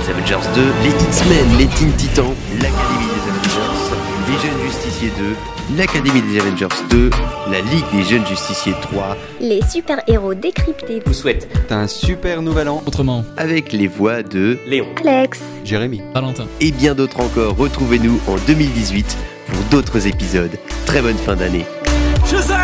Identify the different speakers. Speaker 1: les Avengers 2, les X-Men, les Teen Titans, l'Académie des Avengers, les Jeunes Justiciers 2, l'Académie des Avengers 2, la Ligue des Jeunes Justiciers 3,
Speaker 2: Les super-héros décryptés.
Speaker 3: vous souhaite
Speaker 4: T'as un super nouvel an,
Speaker 5: Autrement,
Speaker 1: avec les voix de
Speaker 3: Léon.
Speaker 2: Alex,
Speaker 4: Jérémy.
Speaker 5: Valentin.
Speaker 1: et bien d'autres encore. Retrouvez-nous en 2018 pour d'autres épisodes. Très bonne fin d'année.
Speaker 6: Shazam